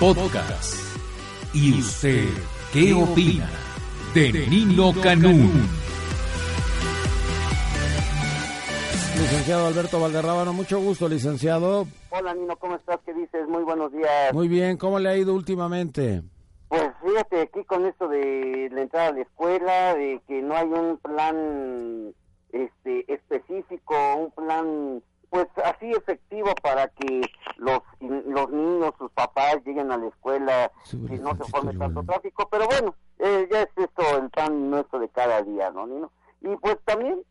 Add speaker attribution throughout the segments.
Speaker 1: Podcast. ¿Y usted qué opina de Nino Canún?
Speaker 2: Licenciado Alberto Valderrábano, mucho gusto, licenciado.
Speaker 3: Hola Nino, ¿cómo estás? ¿Qué dices? Muy buenos días.
Speaker 2: Muy bien, ¿cómo le ha ido últimamente?
Speaker 3: Pues fíjate, aquí con esto de la entrada a la escuela, de que no hay un plan este, específico, un plan pues así efectivo para que los los niños, sus papás lleguen a la escuela
Speaker 2: Sí,
Speaker 3: y
Speaker 2: bueno,
Speaker 3: no se forme
Speaker 2: sí,
Speaker 3: tanto
Speaker 2: bueno.
Speaker 3: tráfico, pero bueno, eh, ya es esto el pan nuestro de cada día, ¿no, Nino? Y pues también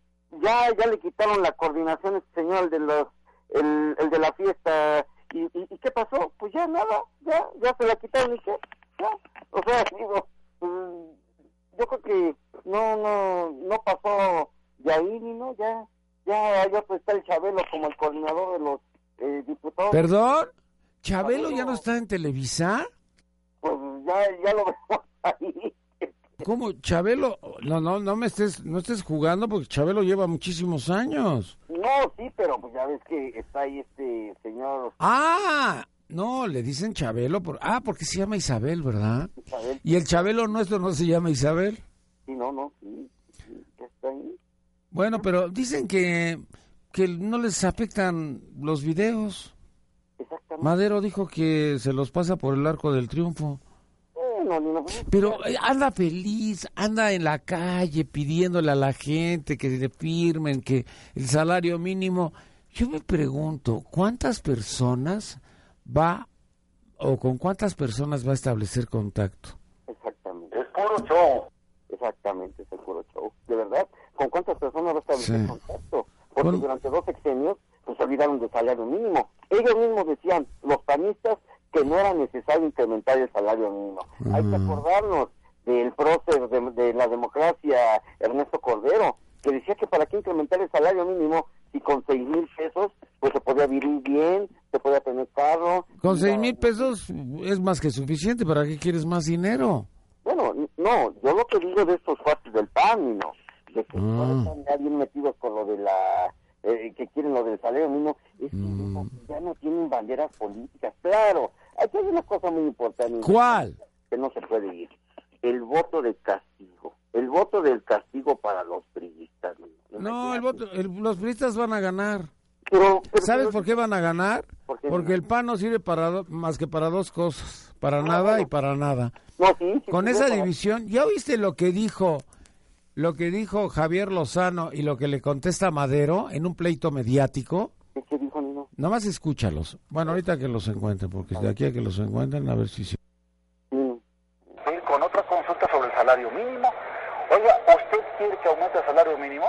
Speaker 3: ya ya le quitaron la coordinación a este señor el de los el, el de la fiesta y, y, y qué pasó? Pues ya nada, ya ya se la quitaron y qué, ya, o sea, digo, mm, yo creo que no no no pasó de ahí, Nino, ya ya ya pues está el Chabelo como el coordinador de los eh, diputados.
Speaker 2: ¿Perdón? ¿Chabelo ya no está en Televisa?
Speaker 3: pues ya, ya lo vemos ahí.
Speaker 2: ¿Cómo? ¿Chabelo? No, no, no me estés, no estés jugando porque Chabelo lleva muchísimos años.
Speaker 3: No, sí, pero pues ya ves que está ahí este señor
Speaker 2: ¡Ah! No, le dicen Chabelo. Por... Ah, porque se llama Isabel, ¿verdad?
Speaker 3: Isabel.
Speaker 2: Y el Chabelo nuestro no se llama Isabel.
Speaker 3: Sí, no, no, sí, sí, ya está ahí.
Speaker 2: Bueno, pero dicen que, que no les afectan los videos.
Speaker 3: Exactamente.
Speaker 2: Madero dijo que se los pasa por el arco del triunfo.
Speaker 3: Bueno, Nino, pues,
Speaker 2: Pero eh, anda feliz, anda en la calle pidiéndole a la gente que le firmen, que el salario mínimo. Yo me pregunto, ¿cuántas personas va o con cuántas personas va a establecer contacto?
Speaker 3: exactamente. Es puro show. Exactamente, es el puro show. De verdad, ¿con cuántas personas va a establecer
Speaker 2: Sí.
Speaker 3: contacto? Porque
Speaker 2: Con-
Speaker 3: durante dos sexenios pues olvidaron del salario mínimo. Ellos mismos decían, los panistas, que no era necesario incrementar el salario mínimo. Hay que acordarnos del prócer de, de la democracia, Ernesto Cordero, que decía que para qué incrementar el salario mínimo si con seis mil pesos pues se podía vivir bien, se podía tener carro.
Speaker 2: Con
Speaker 3: y
Speaker 2: seis
Speaker 3: la-
Speaker 2: mil pesos es más que suficiente. ¿Para qué quieres más dinero?
Speaker 3: Bueno, n- no, yo lo que digo de estos cuates del PAN, ¿no? De que
Speaker 2: Ah.
Speaker 3: todos están ya bien metidos con lo de la... eh, que quieren lo del salario mínimo, es que
Speaker 2: Mm.
Speaker 3: digo, ya no tienen banderas políticas. Claro, aquí hay una cosa muy importante.
Speaker 2: ¿Cuál?
Speaker 3: Que no se puede ir. El voto de castigo. El voto del castigo para los priistas. Nino.
Speaker 2: No, el voto- el- los priistas van a ganar.
Speaker 3: Pero, pues. pero-
Speaker 2: ¿Sabes
Speaker 3: pero-
Speaker 2: por qué van a ganar?
Speaker 3: ¿Por qué?
Speaker 2: Porque el pan no sirve para do- más que para dos cosas, para nada y para nada.
Speaker 3: No, Ah, sí, pues, sí,
Speaker 2: Con
Speaker 3: sí,
Speaker 2: esa
Speaker 3: no,
Speaker 2: división, ¿ya oíste lo que dijo lo que dijo Javier Lozano y lo que le contesta Madero en un pleito mediático?
Speaker 3: ¿Qué qué dijo Nino?
Speaker 2: Nada más escúchalos. Bueno, ahorita que los encuentren, porque de aquí a que los encuentren, a ver si... sí.
Speaker 3: Sí.
Speaker 4: Mm. ir con otra consulta sobre el salario mínimo. Oiga, ¿usted quiere que aumente el salario mínimo?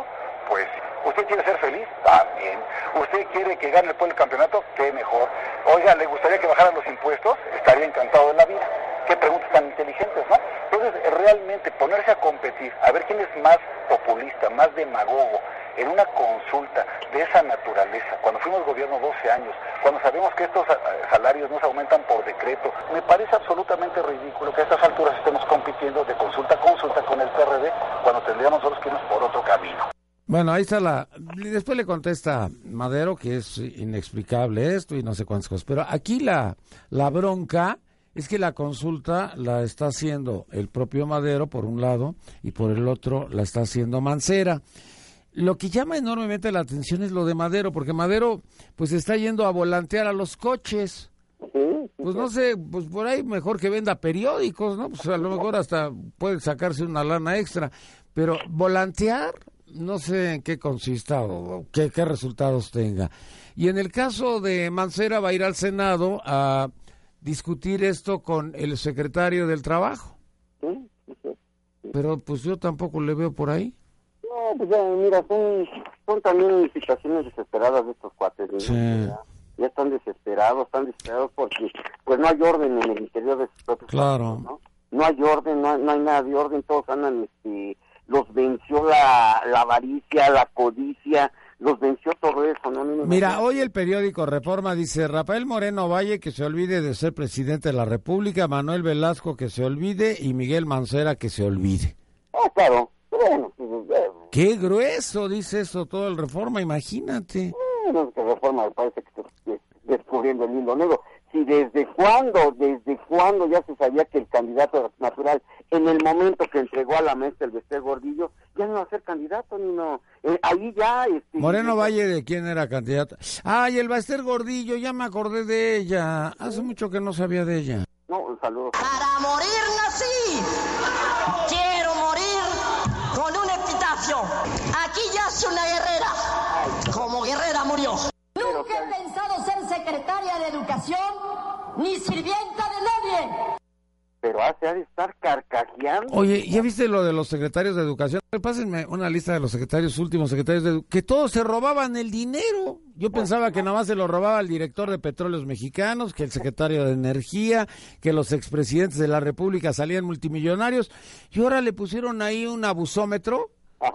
Speaker 4: Pues, ¿usted quiere ser feliz? También. ¿Usted quiere que gane el pueblo el campeonato? Qué mejor. Oiga, ¿le gustaría que bajaran los impuestos? Estaría encantado de la vida. Qué preguntas tan inteligentes, ¿no? Entonces, eh, realmente ponerse a competir, a ver quién es más populista, más demagogo, en una consulta de esa naturaleza, cuando fuimos gobierno 12 años, cuando sabemos que estos eh, salarios no se aumentan por decreto, me parece absolutamente ridículo que a estas alturas estemos compitiendo de consulta a consulta con el PRD cuando tendríamos nosotros que irnos por otro camino.
Speaker 2: Bueno, ahí está la... Después le contesta Madero que es inexplicable esto y no sé cuántas cosas. Pero aquí la, la bronca es que la consulta la está haciendo el propio Madero por un lado y por el otro la está haciendo Mancera. Lo que llama enormemente la atención es lo de Madero, porque Madero pues está yendo a volantear a los coches.
Speaker 3: Sí,
Speaker 2: Pues no sé, pues por ahí mejor que venda periódicos, ¿no? Pues a lo mejor hasta puede sacarse una lana extra. Pero volantear, no sé en qué consista o qué, qué resultados tenga. Y en el caso de Mancera va a ir al Senado a discutir esto con el secretario del Trabajo.
Speaker 3: sí, sí, sí.
Speaker 2: Pero pues yo tampoco le veo por ahí.
Speaker 3: No, pues ya, mira, son, son también situaciones desesperadas de estos cuates. ¿no?
Speaker 2: Sí.
Speaker 3: Ya, ya están desesperados, están desesperados porque pues no hay orden en el interior de sus propios
Speaker 2: Claro.
Speaker 3: partidos, ¿no? No hay orden, no, no hay nada de orden, todos andan, este, los venció la, la avaricia, la codicia, los venció todo eso, ¿no? Ah, Ni-
Speaker 2: Mira, hoy el periódico Reforma dice Rafael Moreno Valle que se olvide de ser presidente de la República, Manuel Velasco que se olvide y Miguel Mancera que se olvide.
Speaker 3: Ah, claro, bueno, pues, eh,
Speaker 2: Qué grueso dice eso todo el Reforma, imagínate.
Speaker 3: bueno, que reforma me parece que se- que- descubriendo el hilo negro. Si desde cuándo, desde cuándo ya se sabía que el candidato natural, en el momento que entregó a la mesa el Bester Gordillo, ya no va a ser candidato, ni no. Eh, ahí ya. Este,
Speaker 2: Moreno Valle, ¿de quién era candidato? Ay, el Baster Gordillo, ya me acordé de ella. Hace mucho que no sabía de ella.
Speaker 3: No, un saludo.
Speaker 5: Para morir nací. Quiero morir con un epitafio. Aquí yace una guerrera. Como guerrera murió. Nunca he pensado ser secretaria de educación ni sirvienta de nadie.
Speaker 3: Pero hace ha de estar carcajeando.
Speaker 2: Oye, ¿ya viste lo de los secretarios de educación? Pásenme una lista de los secretarios, últimos secretarios de educación, que todos se robaban el dinero. Yo pensaba que nada más se lo robaba el director de Petróleos Mexicanos, que el secretario de Energía, que los expresidentes de la República salían multimillonarios. Y ahora le pusieron ahí un abusómetro,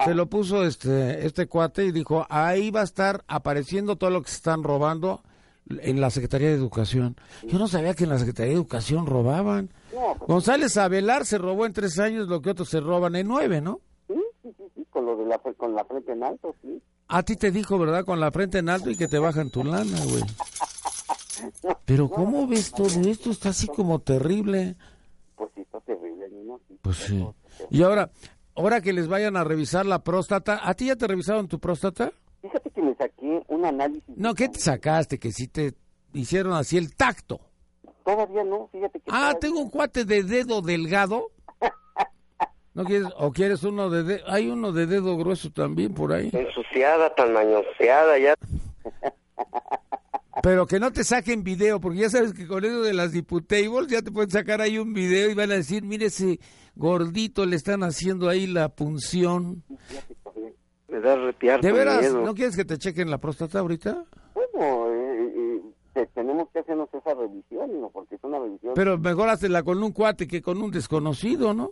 Speaker 2: se lo puso este, este cuate y dijo, ahí va a estar apareciendo todo lo que se están robando en la Secretaría de Educación. Yo no sabía que en la Secretaría de Educación robaban.
Speaker 3: pues
Speaker 2: González Abelar se robó en tres años lo que otros se roban en nueve, ¿no?
Speaker 3: Sí, sí, sí, sí, con lo de la, con la frente en alto, sí.
Speaker 2: A ti te dijo, ¿verdad? Con la frente en alto y que te bajan tu lana, güey. Pero ¿cómo ves todo esto? Está así como terrible.
Speaker 3: Pues sí, está terrible, ni no. Sí.
Speaker 2: Pues sí. Y ahora, ahora que les vayan a revisar la próstata, ¿a ti ya te revisaron tu próstata?
Speaker 3: Fíjate que me saqué un análisis.
Speaker 2: No, ¿qué te sacaste? Que si te hicieron así el tacto.
Speaker 3: Todavía no, fíjate que.
Speaker 2: Ah,
Speaker 3: todavía-
Speaker 2: tengo un cuate de dedo delgado. ¿No quieres, o quieres uno de dedo? Hay uno de dedo grueso también por ahí.
Speaker 6: ensuciada, tan mañoseada, ya
Speaker 2: Pero que no te saquen video, porque ya sabes que con eso de las diputables ya te pueden sacar ahí un video y van a decir, mire ese gordito, le están haciendo ahí la punción.
Speaker 6: me da arrepiar
Speaker 2: ¿De
Speaker 6: con
Speaker 2: veras?
Speaker 6: miedo.
Speaker 2: ¿No quieres que te chequen la próstata ahorita?
Speaker 3: Bueno, eh, eh, te- tenemos que hacernos esa revisión, ¿no? Porque es una revisión.
Speaker 2: Pero mejor hazla con un cuate que con un desconocido, ¿no?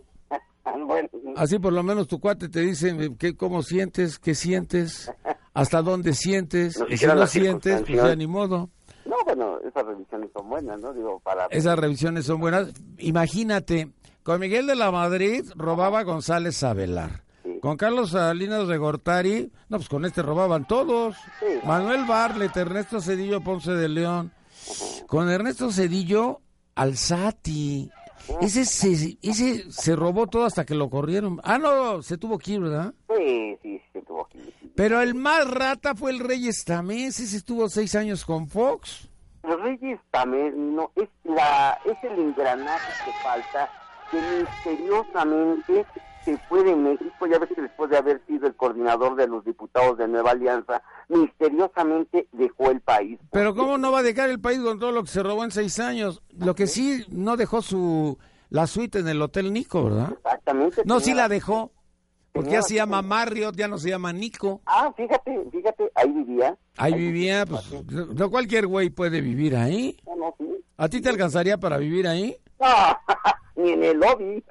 Speaker 3: bueno,
Speaker 2: Así por lo menos tu cuate te dice que, cómo sientes, qué sientes, hasta dónde sientes.
Speaker 6: Nos
Speaker 2: Y si
Speaker 6: hicieron
Speaker 2: no
Speaker 6: las
Speaker 2: sientes, pues
Speaker 6: circunstancias.
Speaker 2: ya ni modo.
Speaker 3: no, bueno, esas revisiones son buenas, ¿no? Digo, para.
Speaker 2: Esas revisiones son buenas. Imagínate, con Miguel de la Madrid robaba González Avelar. Con Carlos Salinas de Gortari, no, pues con este robaban todos. Manuel Barlet, Ernesto Cedillo Ponce de León. Con Ernesto Cedillo, Alzati.
Speaker 6: Ah.
Speaker 2: Ese se, ese se robó todo hasta que lo corrieron. Ah, no, se tuvo que ir, ¿verdad?
Speaker 3: Sí, sí, sí, tuvo aquí.
Speaker 2: Pero el más rata fue el Reyes Tamés. Ese estuvo seis años con Fox.
Speaker 3: Los Reyes también, ¿no? Es, la, es el engranaje que falta, que misteriosamente se fue de México, ya ves que después de haber sido el coordinador de los diputados de Nueva Alianza, misteriosamente dejó el país.
Speaker 2: Pero ¿cómo no va a dejar el país con todo lo que se robó en seis años? Lo que sí, no dejó su la suite en el Hotel Nico, ¿verdad?
Speaker 3: Exactamente.
Speaker 2: No, sí
Speaker 3: tenía
Speaker 2: la dejó. Porque ya se llama Marriott, ya no se llama Nico.
Speaker 3: Ah, fíjate, fíjate, ahí vivía.
Speaker 2: Ahí vivía, pues, no no cualquier güey puede vivir ahí.
Speaker 3: No, no, sí.
Speaker 2: ¿A ti te alcanzaría para vivir ahí?
Speaker 3: Ah, ni en el lobby.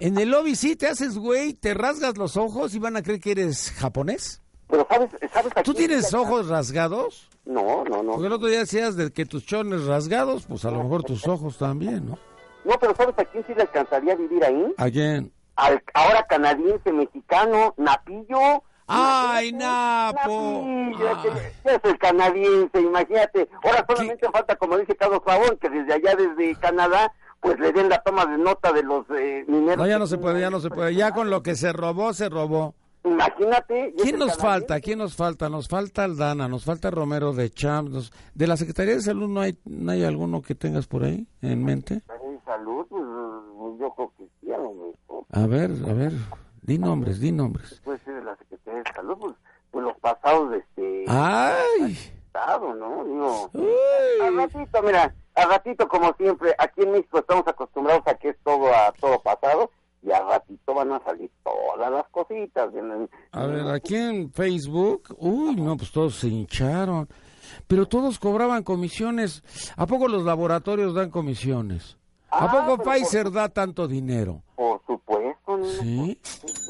Speaker 2: En el lobby sí te haces güey, te rasgas los ojos y van a creer que eres japonés.
Speaker 3: Pero sabes, sabes a
Speaker 2: ¿Tú
Speaker 3: quién-
Speaker 2: tienes ojos rasgados?
Speaker 3: No, no, no.
Speaker 2: Porque el otro día decías de que tus chones rasgados, pues a lo mejor tus ojos también, ¿no?
Speaker 3: No, pero sabes a quién sí le alcanzaría a vivir ahí?
Speaker 2: ¿A quién?
Speaker 3: Al ahora canadiense mexicano Napillo.
Speaker 2: ¡Ay, Napo!
Speaker 3: Napillo,
Speaker 2: Ah.
Speaker 3: que- que es el canadiense, imagínate. Ahora solamente falta, como dice Carlos Pavón, que desde allá, desde Canadá, pues le den la toma de nota de los eh, mineros.
Speaker 2: No, ya no se puede, ya no se puede. Ya con lo que se robó, se robó.
Speaker 3: Imagínate. y es
Speaker 2: ¿Quién
Speaker 3: el
Speaker 2: nos
Speaker 3: canadiense.
Speaker 2: falta? ¿Quién nos falta? Nos falta Aldana, nos falta Romero de Champs. nos- De la Secretaría de Salud, ¿no hay, ¿no hay alguno que tengas por ahí en mente?
Speaker 3: Eh, Salud, pues, yo creo que sí, a lo mejor.
Speaker 2: A ver, a ver. Di nombres, di nombres.
Speaker 3: Puede ser pues, de la Secretaría de Salud, pues, pues los pasados de este
Speaker 2: Ah. ¡Ay!
Speaker 3: Estado, ¿no? Digo, al
Speaker 2: ¡Uy!
Speaker 3: ratito, mira, al ratito, como siempre, aquí en México estamos acostumbrados a que es todo a todo pasado y al ratito van a salir todas las cositas. ¿no?
Speaker 2: A ver, aquí en Facebook, uy, no, pues todos se hincharon. pero todos cobraban comisiones. ¿A poco los laboratorios dan comisiones? ¿A
Speaker 3: Ah,
Speaker 2: poco
Speaker 3: pero
Speaker 2: Pfizer da tanto dinero?
Speaker 3: Por supuesto, niño.
Speaker 2: Sí.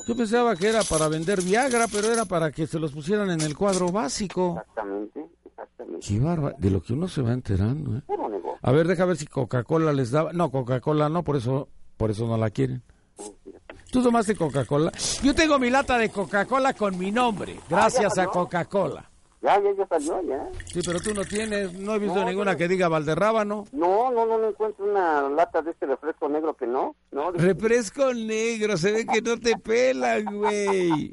Speaker 2: Yo pensaba que era para vender Viagra, pero era para que se los pusieran en el cuadro básico.
Speaker 3: Exactamente, exactamente.
Speaker 2: Qué barba, de lo que uno se va enterando. ¿eh?
Speaker 3: Era un negocio.
Speaker 2: A ver, deja ver si Coca-Cola les daba. No, Coca-Cola no, por eso, por eso no la quieren. ¿Tú tomaste Coca-Cola? Yo tengo mi lata de Coca-Cola con mi
Speaker 3: Ah,
Speaker 2: nombre, gracias a Coca-Cola.
Speaker 3: Ya, ya, ya salió, ya.
Speaker 2: Sí, pero tú no tienes, no he visto
Speaker 3: No,
Speaker 2: ninguna
Speaker 3: no.
Speaker 2: que diga Valderrábano.
Speaker 3: No, no, no, no encuentro una lata de este refresco negro que no. No, dice,
Speaker 2: Refresco negro, se ve que no te pelan, güey.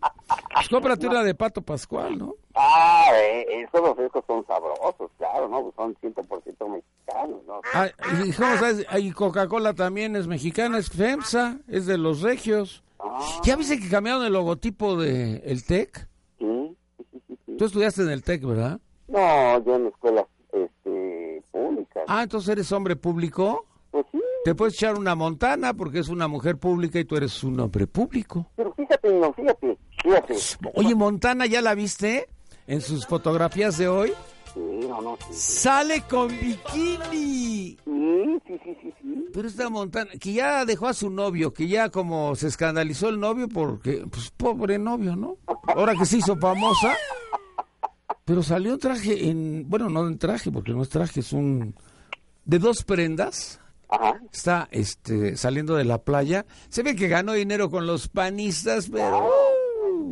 Speaker 2: Pues cómprate una de Pato Pascual, ¿no?
Speaker 3: ah, eh, esos refrescos son sabrosos, claro, ¿no? Pues son 100% mexicanos, ¿no?
Speaker 2: Ah, y ¿cómo sabes? Ah, y Coca-Cola también es mexicana, es FEMSA, es de los regios. ¿Ya viste que cambiaron el logotipo de el TEC?
Speaker 3: Sí, sí, sí, sí, sí.
Speaker 2: Tú estudiaste en el TEC, ¿verdad?
Speaker 3: No, yo en escuelas este, públicas.
Speaker 2: Ah, entonces eres hombre público.
Speaker 3: Pues sí,
Speaker 2: Te puedes echar una montana porque es una mujer pública y tú eres un hombre público.
Speaker 3: pero fíjate, no, fíjate, fíjate.
Speaker 2: Pues, Oye, Montana, ¿ya la viste? En sus fotografías de hoy,
Speaker 3: Sí, no, no, sí.
Speaker 2: sale con bikini.
Speaker 3: Sí, sí, sí, sí, sí.
Speaker 2: Pero esta Montana, que ya dejó a su novio, que ya como se escandalizó el novio porque, pues pobre novio, ¿no? Ahora que se hizo famosa. Pero salió en traje, en, bueno, no en traje, porque no es traje, es un... de dos prendas.
Speaker 3: Ajá.
Speaker 2: Está este, saliendo de la playa. Se ve que ganó dinero con los panistas, pero...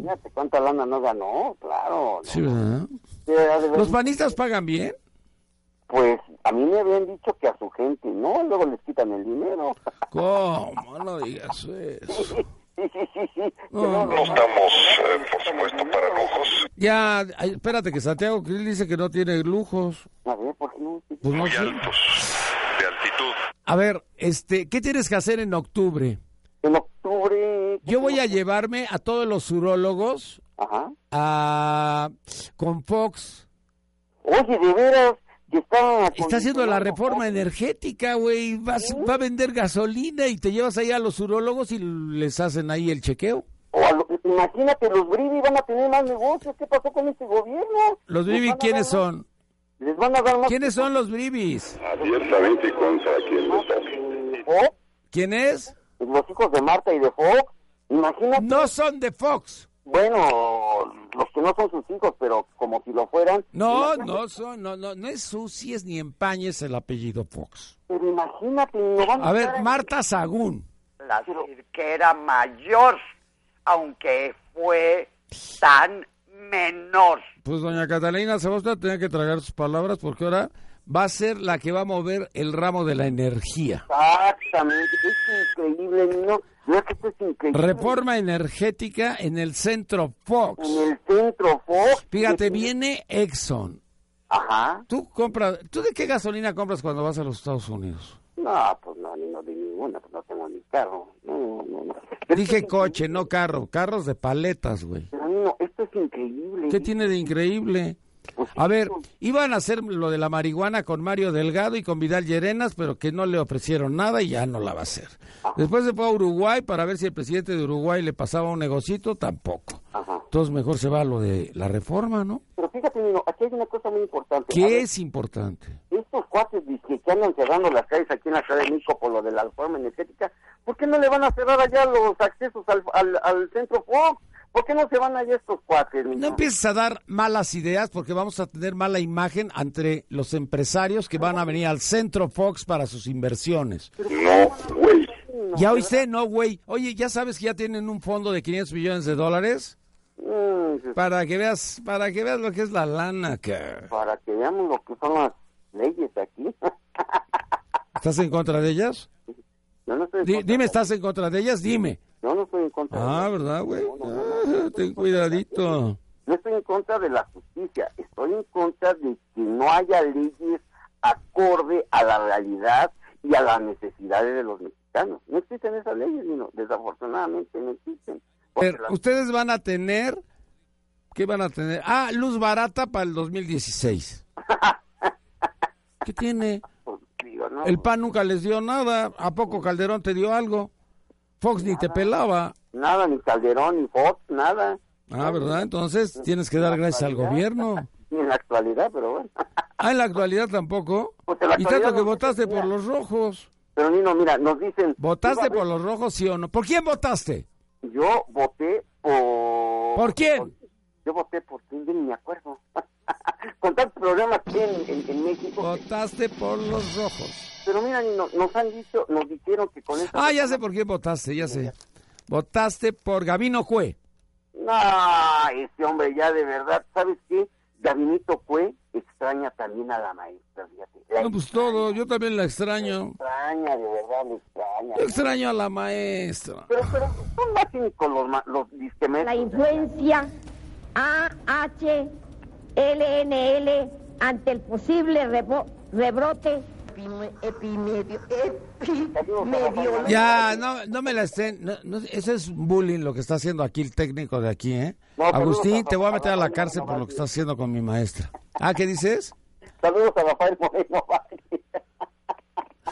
Speaker 3: Fíjate cuánta lana no ganó, claro. ¿no?
Speaker 2: Sí, ¿verdad?
Speaker 3: Sí, ha de haber
Speaker 2: ¿Los panistas pagan bien?
Speaker 3: Pues a mí me habían dicho que a su gente, ¿no? Luego les quitan el dinero.
Speaker 2: ¿Cómo? No digas eso.
Speaker 3: Sí, sí, sí, sí.
Speaker 2: No,
Speaker 4: No estamos, eh, por supuesto, para lujos.
Speaker 2: Ya, ay, espérate que Santiago Krill dice que no tiene lujos.
Speaker 3: A ver, ¿por qué no? Sí, sí.
Speaker 2: Pues no
Speaker 4: Muy
Speaker 2: sé.
Speaker 4: altos, de altitud.
Speaker 2: A ver, este, ¿qué tienes que hacer en octubre?
Speaker 3: En octubre.
Speaker 2: Yo voy a llevarme a todos los urólogos
Speaker 3: Ajá.
Speaker 2: a con Fox.
Speaker 3: Oye, de veras, que está.
Speaker 2: Está haciendo la reforma energética, güey.
Speaker 4: ¿Eh?
Speaker 2: Vas- Va a vender gasolina y te llevas ahí a los urólogos y les hacen ahí el chequeo.
Speaker 3: O a lo- Imagínate, los Brady van a tener más negocios. ¿Qué pasó con este gobierno?
Speaker 2: Los
Speaker 3: Les
Speaker 4: Pues,
Speaker 2: Bribis,
Speaker 3: van a
Speaker 2: ¿quiénes
Speaker 3: dar más-
Speaker 2: son?
Speaker 3: Les van a dar más.
Speaker 2: ¿Quiénes son los Bribis?
Speaker 4: Abiertamente y contra quien le
Speaker 3: eh, Fox, pues,
Speaker 2: ¿Quién es?
Speaker 3: los hijos de Marta y de Fox. Imagínate.
Speaker 2: No son de Fox.
Speaker 3: Bueno, los que no son sus hijos, pero como si lo fueran.
Speaker 2: No,
Speaker 3: Imagínate-
Speaker 2: no son, no, no, no es sucies ni empañes el apellido Fox.
Speaker 3: Pero imagínate, no van
Speaker 2: A
Speaker 3: estar
Speaker 2: ver,
Speaker 3: ahí.
Speaker 2: Marta Sagún.
Speaker 7: la cirquera mayor, aunque fue tan menor.
Speaker 2: Pues doña Catalina se va a tener que tragar sus palabras porque ahora va a ser la que va a mover el ramo de la energía.
Speaker 3: Exactamente, es increíble, no. Mira que esto es increíble.
Speaker 2: Reforma energética en el centro Fox.
Speaker 3: En el centro Fox.
Speaker 2: Fíjate, viene Exxon.
Speaker 3: Ajá.
Speaker 2: ¿Tú compras, tú de qué gasolina compras cuando vas a los Estados Unidos?
Speaker 3: No, pues no, ni no de ninguna, pues no tengo ni carro. No, no, no. Pero
Speaker 2: Dije
Speaker 3: esto es
Speaker 2: coche, no carro, carros de paletas, güey.
Speaker 3: increíble, No, esto es increíble.
Speaker 2: ¿Qué tiene de increíble?
Speaker 3: Pues
Speaker 2: A ver, iban a hacer lo de la marihuana con Mario Delgado y con Vidal Llerenas, pero que no le ofrecieron nada y ya no la va a hacer. Después se fue a Uruguay para ver si el presidente de Uruguay le pasaba un negocito, tampoco. Entonces mejor se va a lo de la reforma, ¿no?
Speaker 3: Pero fíjate, Nino, aquí hay una cosa muy importante. A
Speaker 2: Que
Speaker 3: ver,
Speaker 2: es importante.
Speaker 3: Estos cuates dizque que andan cerrando las calles aquí en la Ciudad de México por lo de la reforma energética, ¿por qué no le van a cerrar allá los accesos al, al, al centro Fox? ¿Por qué no se van allá estos cuates, Nino?
Speaker 2: No empieces a dar malas ideas porque vamos a tener mala imagen ante los empresarios que van a venir al centro Fox para sus inversiones.
Speaker 4: No, güey.
Speaker 2: ¿Ya oíste? No, güey. Oye, ¿ya sabes que ya tienen un fondo de 500 millones de dólares?
Speaker 3: Mm, se
Speaker 2: Para que veas, para que veas lo que es la lana, que
Speaker 3: para que veamos lo que son las leyes aquí.
Speaker 2: ¿Estás en contra de ellas?
Speaker 3: Yo no estoy en
Speaker 2: Di-
Speaker 3: contra.
Speaker 2: dime, ¿estás en contra de ellas? Dime.
Speaker 3: Yo no estoy en contra.
Speaker 2: Ah,
Speaker 3: de-
Speaker 2: ¿verdad, güey?
Speaker 3: No, no, no,
Speaker 2: Ah, ten cuidadito.
Speaker 3: No estoy en contra de la justicia, estoy en contra de que no haya leyes acorde a la realidad y a las necesidades de los mexicanos. No existen esas leyes, Nino, desafortunadamente no existen.
Speaker 2: A
Speaker 3: Porque
Speaker 2: ver,
Speaker 3: las-
Speaker 2: ustedes van a tener, ¿qué van a tener? Ah, luz barata para el 2016. ¿Qué tiene?
Speaker 3: pues, digo, no,
Speaker 2: El PAN nunca les dio nada. ¿A poco Calderón te dio algo? Fox ni te pelaba.
Speaker 3: Nada, ni Calderón, ni Fox, nada.
Speaker 2: Ah, ¿verdad? Entonces tienes que dar gracias al gobierno.
Speaker 3: Ni en la actualidad, pero bueno.
Speaker 2: Ah, en la actualidad tampoco.
Speaker 3: Pues en la
Speaker 2: y tanto
Speaker 3: actualidad
Speaker 2: que
Speaker 3: no se
Speaker 2: votaste
Speaker 3: tenía.
Speaker 2: por los rojos.
Speaker 3: Pero Nino, mira, nos dicen...
Speaker 2: ¿Votaste
Speaker 3: iba a
Speaker 2: por los rojos, sí o no? ¿Por quién votaste?
Speaker 3: haber- Yo voté por...
Speaker 2: ¿Por quién?
Speaker 3: Yo voté por quién, yo ni me acuerdo. Con tantos problemas que hay en, en- en México.
Speaker 2: Votaste por los rojos.
Speaker 3: Pero mira, Nino, nos han dicho, nos dijeron que con esta...
Speaker 2: Ah, ya sé por quién votaste, ya sé. Votaste por Gabino Cue.
Speaker 3: No, este hombre ya de verdad, ¿sabes qué? Gabinito Cue extraña también a la maestra, fíjate. La
Speaker 2: No, pues todo, yo también la extraño.
Speaker 3: extraña, de verdad, la extraña.
Speaker 2: Yo extraño a la maestra.
Speaker 3: Pero, pero, son más cínicos los, ma- los disquemes.
Speaker 5: La influencia AHLNL ante el posible rebo- rebrote epime- epimedio- epimediológico.
Speaker 2: Ya, no, no me la estén. No, no, ese es bullying lo que está haciendo aquí el técnico de aquí, ¿eh?
Speaker 3: No, pero
Speaker 2: Agustín,
Speaker 3: no,
Speaker 2: te voy a meter a la
Speaker 3: no,
Speaker 2: cárcel
Speaker 3: no,
Speaker 2: por
Speaker 3: no,
Speaker 2: lo que
Speaker 3: no.
Speaker 2: estás haciendo con mi maestra. Ah, ¿qué dices?
Speaker 3: Saludos a Rafael Moreno Valle.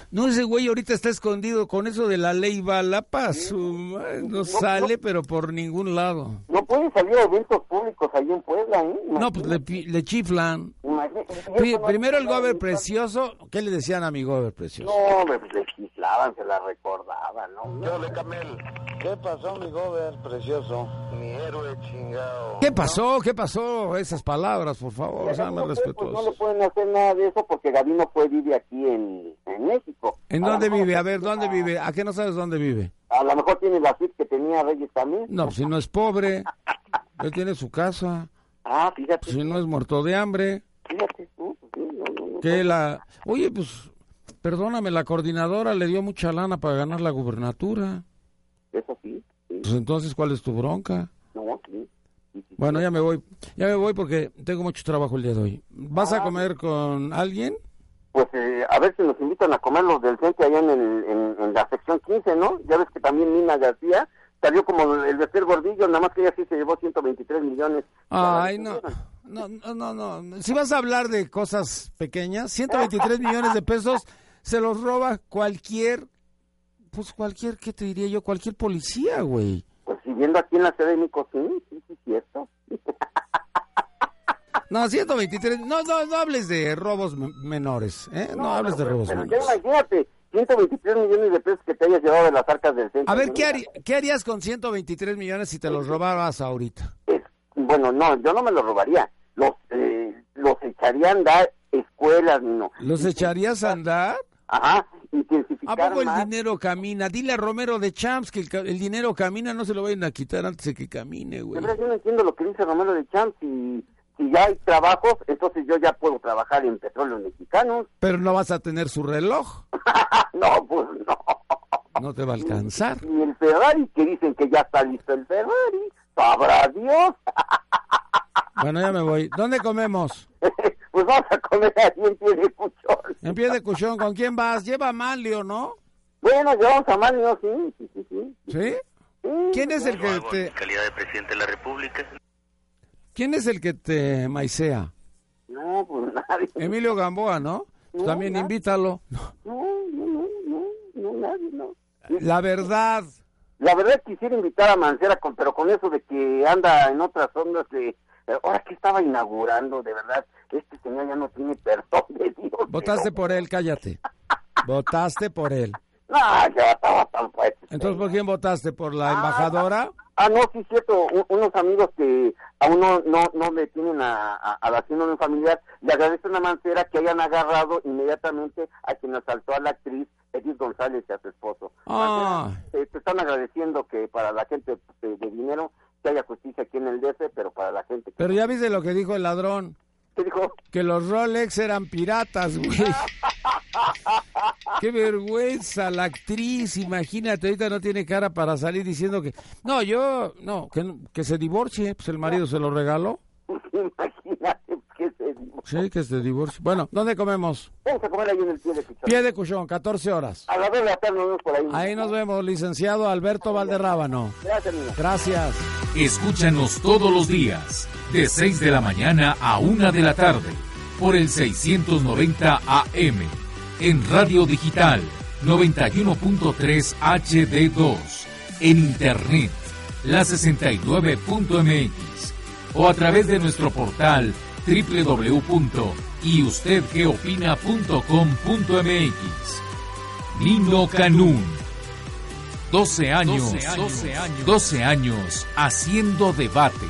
Speaker 2: No, ese güey ahorita está escondido con eso de la ley Balapa. Su madre, no sale, pero por ningún lado.
Speaker 3: No pueden salir a eventos públicos ahí en Puebla, ¿eh?
Speaker 2: No, pues le, pi- le chiflan.
Speaker 3: Imagínate.
Speaker 2: Pri- primero el gober precioso. ¿Qué le decían a mi gober
Speaker 3: No,
Speaker 2: precioso?
Speaker 3: hombre, pues legislaban, se la recordaban, ¿no?
Speaker 4: Yo le Camel,
Speaker 6: ¿Qué pasó, mi gober precioso?
Speaker 4: mi héroe chingado.
Speaker 2: ¿Qué pasó? ¿Qué pasó? Esas palabras, por favor, sean más
Speaker 3: Gabino Cue, pues, no le
Speaker 2: respetuosos.
Speaker 3: pueden hacer nada de eso porque Gabino Cue vive aquí en, en México.
Speaker 2: ¿En
Speaker 3: A lo
Speaker 2: dónde
Speaker 3: mejor-
Speaker 2: vive? A ver, ¿dónde vive? ¿A qué no sabes dónde vive?
Speaker 3: A lo mejor tiene la suite que tenía Reyes también.
Speaker 2: No, pues, si no es pobre, él tiene su casa.
Speaker 3: Ah, fíjate,
Speaker 2: Pues, si no es muerto de hambre,
Speaker 3: fíjate tú. pues, sí, no, no, no.
Speaker 2: que la... Oye, pues, perdóname, la coordinadora le dio mucha lana para ganar la gubernatura.
Speaker 3: Eso sí, sí,
Speaker 2: Pues entonces, ¿cuál es tu bronca?
Speaker 3: no, sí. sí, sí.
Speaker 2: Bueno, ya me voy. Ya me voy porque tengo mucho trabajo el día de hoy. ¿Vas a comer con alguien?
Speaker 3: Pues eh, a ver si nos invitan a comer los del frente allá en, el- en, en la sección 15, ¿no? Ya ves que también Nina García salió como el vestir gordillo, nada más que ella sí se llevó 123 millones.
Speaker 2: Ay, no. No, no, no, no. Si vas a hablar de cosas pequeñas, 123 millones de pesos se los roba cualquier, pues cualquier, ¿qué te diría yo? Cualquier policía, güey.
Speaker 3: Pues viviendo aquí en la sede de México, sí, sí, sí, cierto.
Speaker 2: No, 123, no, no, no hables de robos m- menores, ¿eh? No, hables de robos
Speaker 3: Pero ya
Speaker 2: menores.
Speaker 3: imagínate, 123 millones de pesos que te hayas llevado de las arcas del centro.
Speaker 2: A ver, ¿qué, haría- ¿qué harías con 123 millones si te los robaras ahorita?
Speaker 3: Pues, Bueno, no, yo no me los robaría. Los, eh, los echaría a andar escuelas, no.
Speaker 2: ¿Los echarías a andar? ¿A
Speaker 3: Ajá, intensificar
Speaker 2: poco el
Speaker 3: más.
Speaker 2: dinero camina? Dile a Romero de Champs que el, ca- el dinero camina, no se lo vayan a quitar antes de que camine,
Speaker 3: De
Speaker 2: güey.
Speaker 3: verdad, yo no entiendo lo que dice Romero de Champs. Si, si ya hay trabajos, entonces yo ya puedo trabajar en petróleos mexicanos.
Speaker 2: Pero no vas a tener su reloj,
Speaker 3: no, pues no.
Speaker 2: no te va a alcanzar.
Speaker 3: Ni el Ferrari, que dicen que ya está listo el Ferrari. ¡Sabrá Dios!
Speaker 2: Bueno, ya me voy. ¿Dónde comemos?
Speaker 3: pues vamos a comer ahí en pie de cuchón.
Speaker 2: En pie de cuchón, ¿con quién vas? Lleva a Manlio, ¿no?
Speaker 3: Bueno, llevamos a Mario, sí, sí, sí, sí.
Speaker 2: ¿Sí? ¿Quién es el que te,
Speaker 4: calidad de presidente de la República.
Speaker 2: quién es el que te maicea?
Speaker 3: No, pues nadie.
Speaker 2: Emilio Gamboa, ¿no? Pues También invítalo.
Speaker 3: No, no, no, no, no, nadie, no.
Speaker 2: La verdad.
Speaker 3: La verdad quisiera invitar a Mancera, con, pero con eso de que anda en otras ondas de... eh, Ahora que estaba inaugurando, de verdad, este señor ya no tiene perdón de Dios.
Speaker 2: Votaste
Speaker 3: pero-
Speaker 2: por él, cállate. Votaste por él.
Speaker 3: No, yo estaba tan fuerte.
Speaker 2: Entonces, ¿por quién votaste? ¿Por la embajadora?
Speaker 3: Ah, no, sí, es cierto. u- unos amigos que aún no, no, no le tienen a, a, a la cena de un familiar, le agradecen a Mancera que hayan agarrado inmediatamente a quien asaltó a la actriz Edith González y a su esposo.
Speaker 2: Ah.
Speaker 3: Mancera, eh, te están agradeciendo que para la gente eh, de dinero que haya justicia aquí en el DF, pero para la gente que...
Speaker 2: Pero ya viste lo que dijo el ladrón.
Speaker 3: ¿Qué dijo?
Speaker 2: Que los Rolex eran piratas, güey. Qué vergüenza, la actriz, imagínate, ahorita no tiene cara para salir diciendo que... No, yo, no, que, no- que se divorcie, pues el marido se lo regaló.
Speaker 3: Imagínate que se dijo.
Speaker 2: Sí, que se divorcie. Bueno, ¿dónde comemos?
Speaker 3: Vamos a comer ahí en el pie de pichón.
Speaker 2: Pie de cuchón, 14 horas.
Speaker 3: A la vez de la tarde nos vemos por ahí.
Speaker 2: Ahí nos vemos, licenciado Alberto Valderrábano.
Speaker 3: Gracias, niño.
Speaker 2: Gracias.
Speaker 1: Escúchanos todos los días, de 6 de la mañana a 1 de la tarde, por el 690 AM, en Radio Digital 91.3 HD2, en Internet, la 69.mx, o a través de nuestro portal www.yustedgeopina.com.mx Nino Canún 12 años, 12 años, 12 años haciendo debate.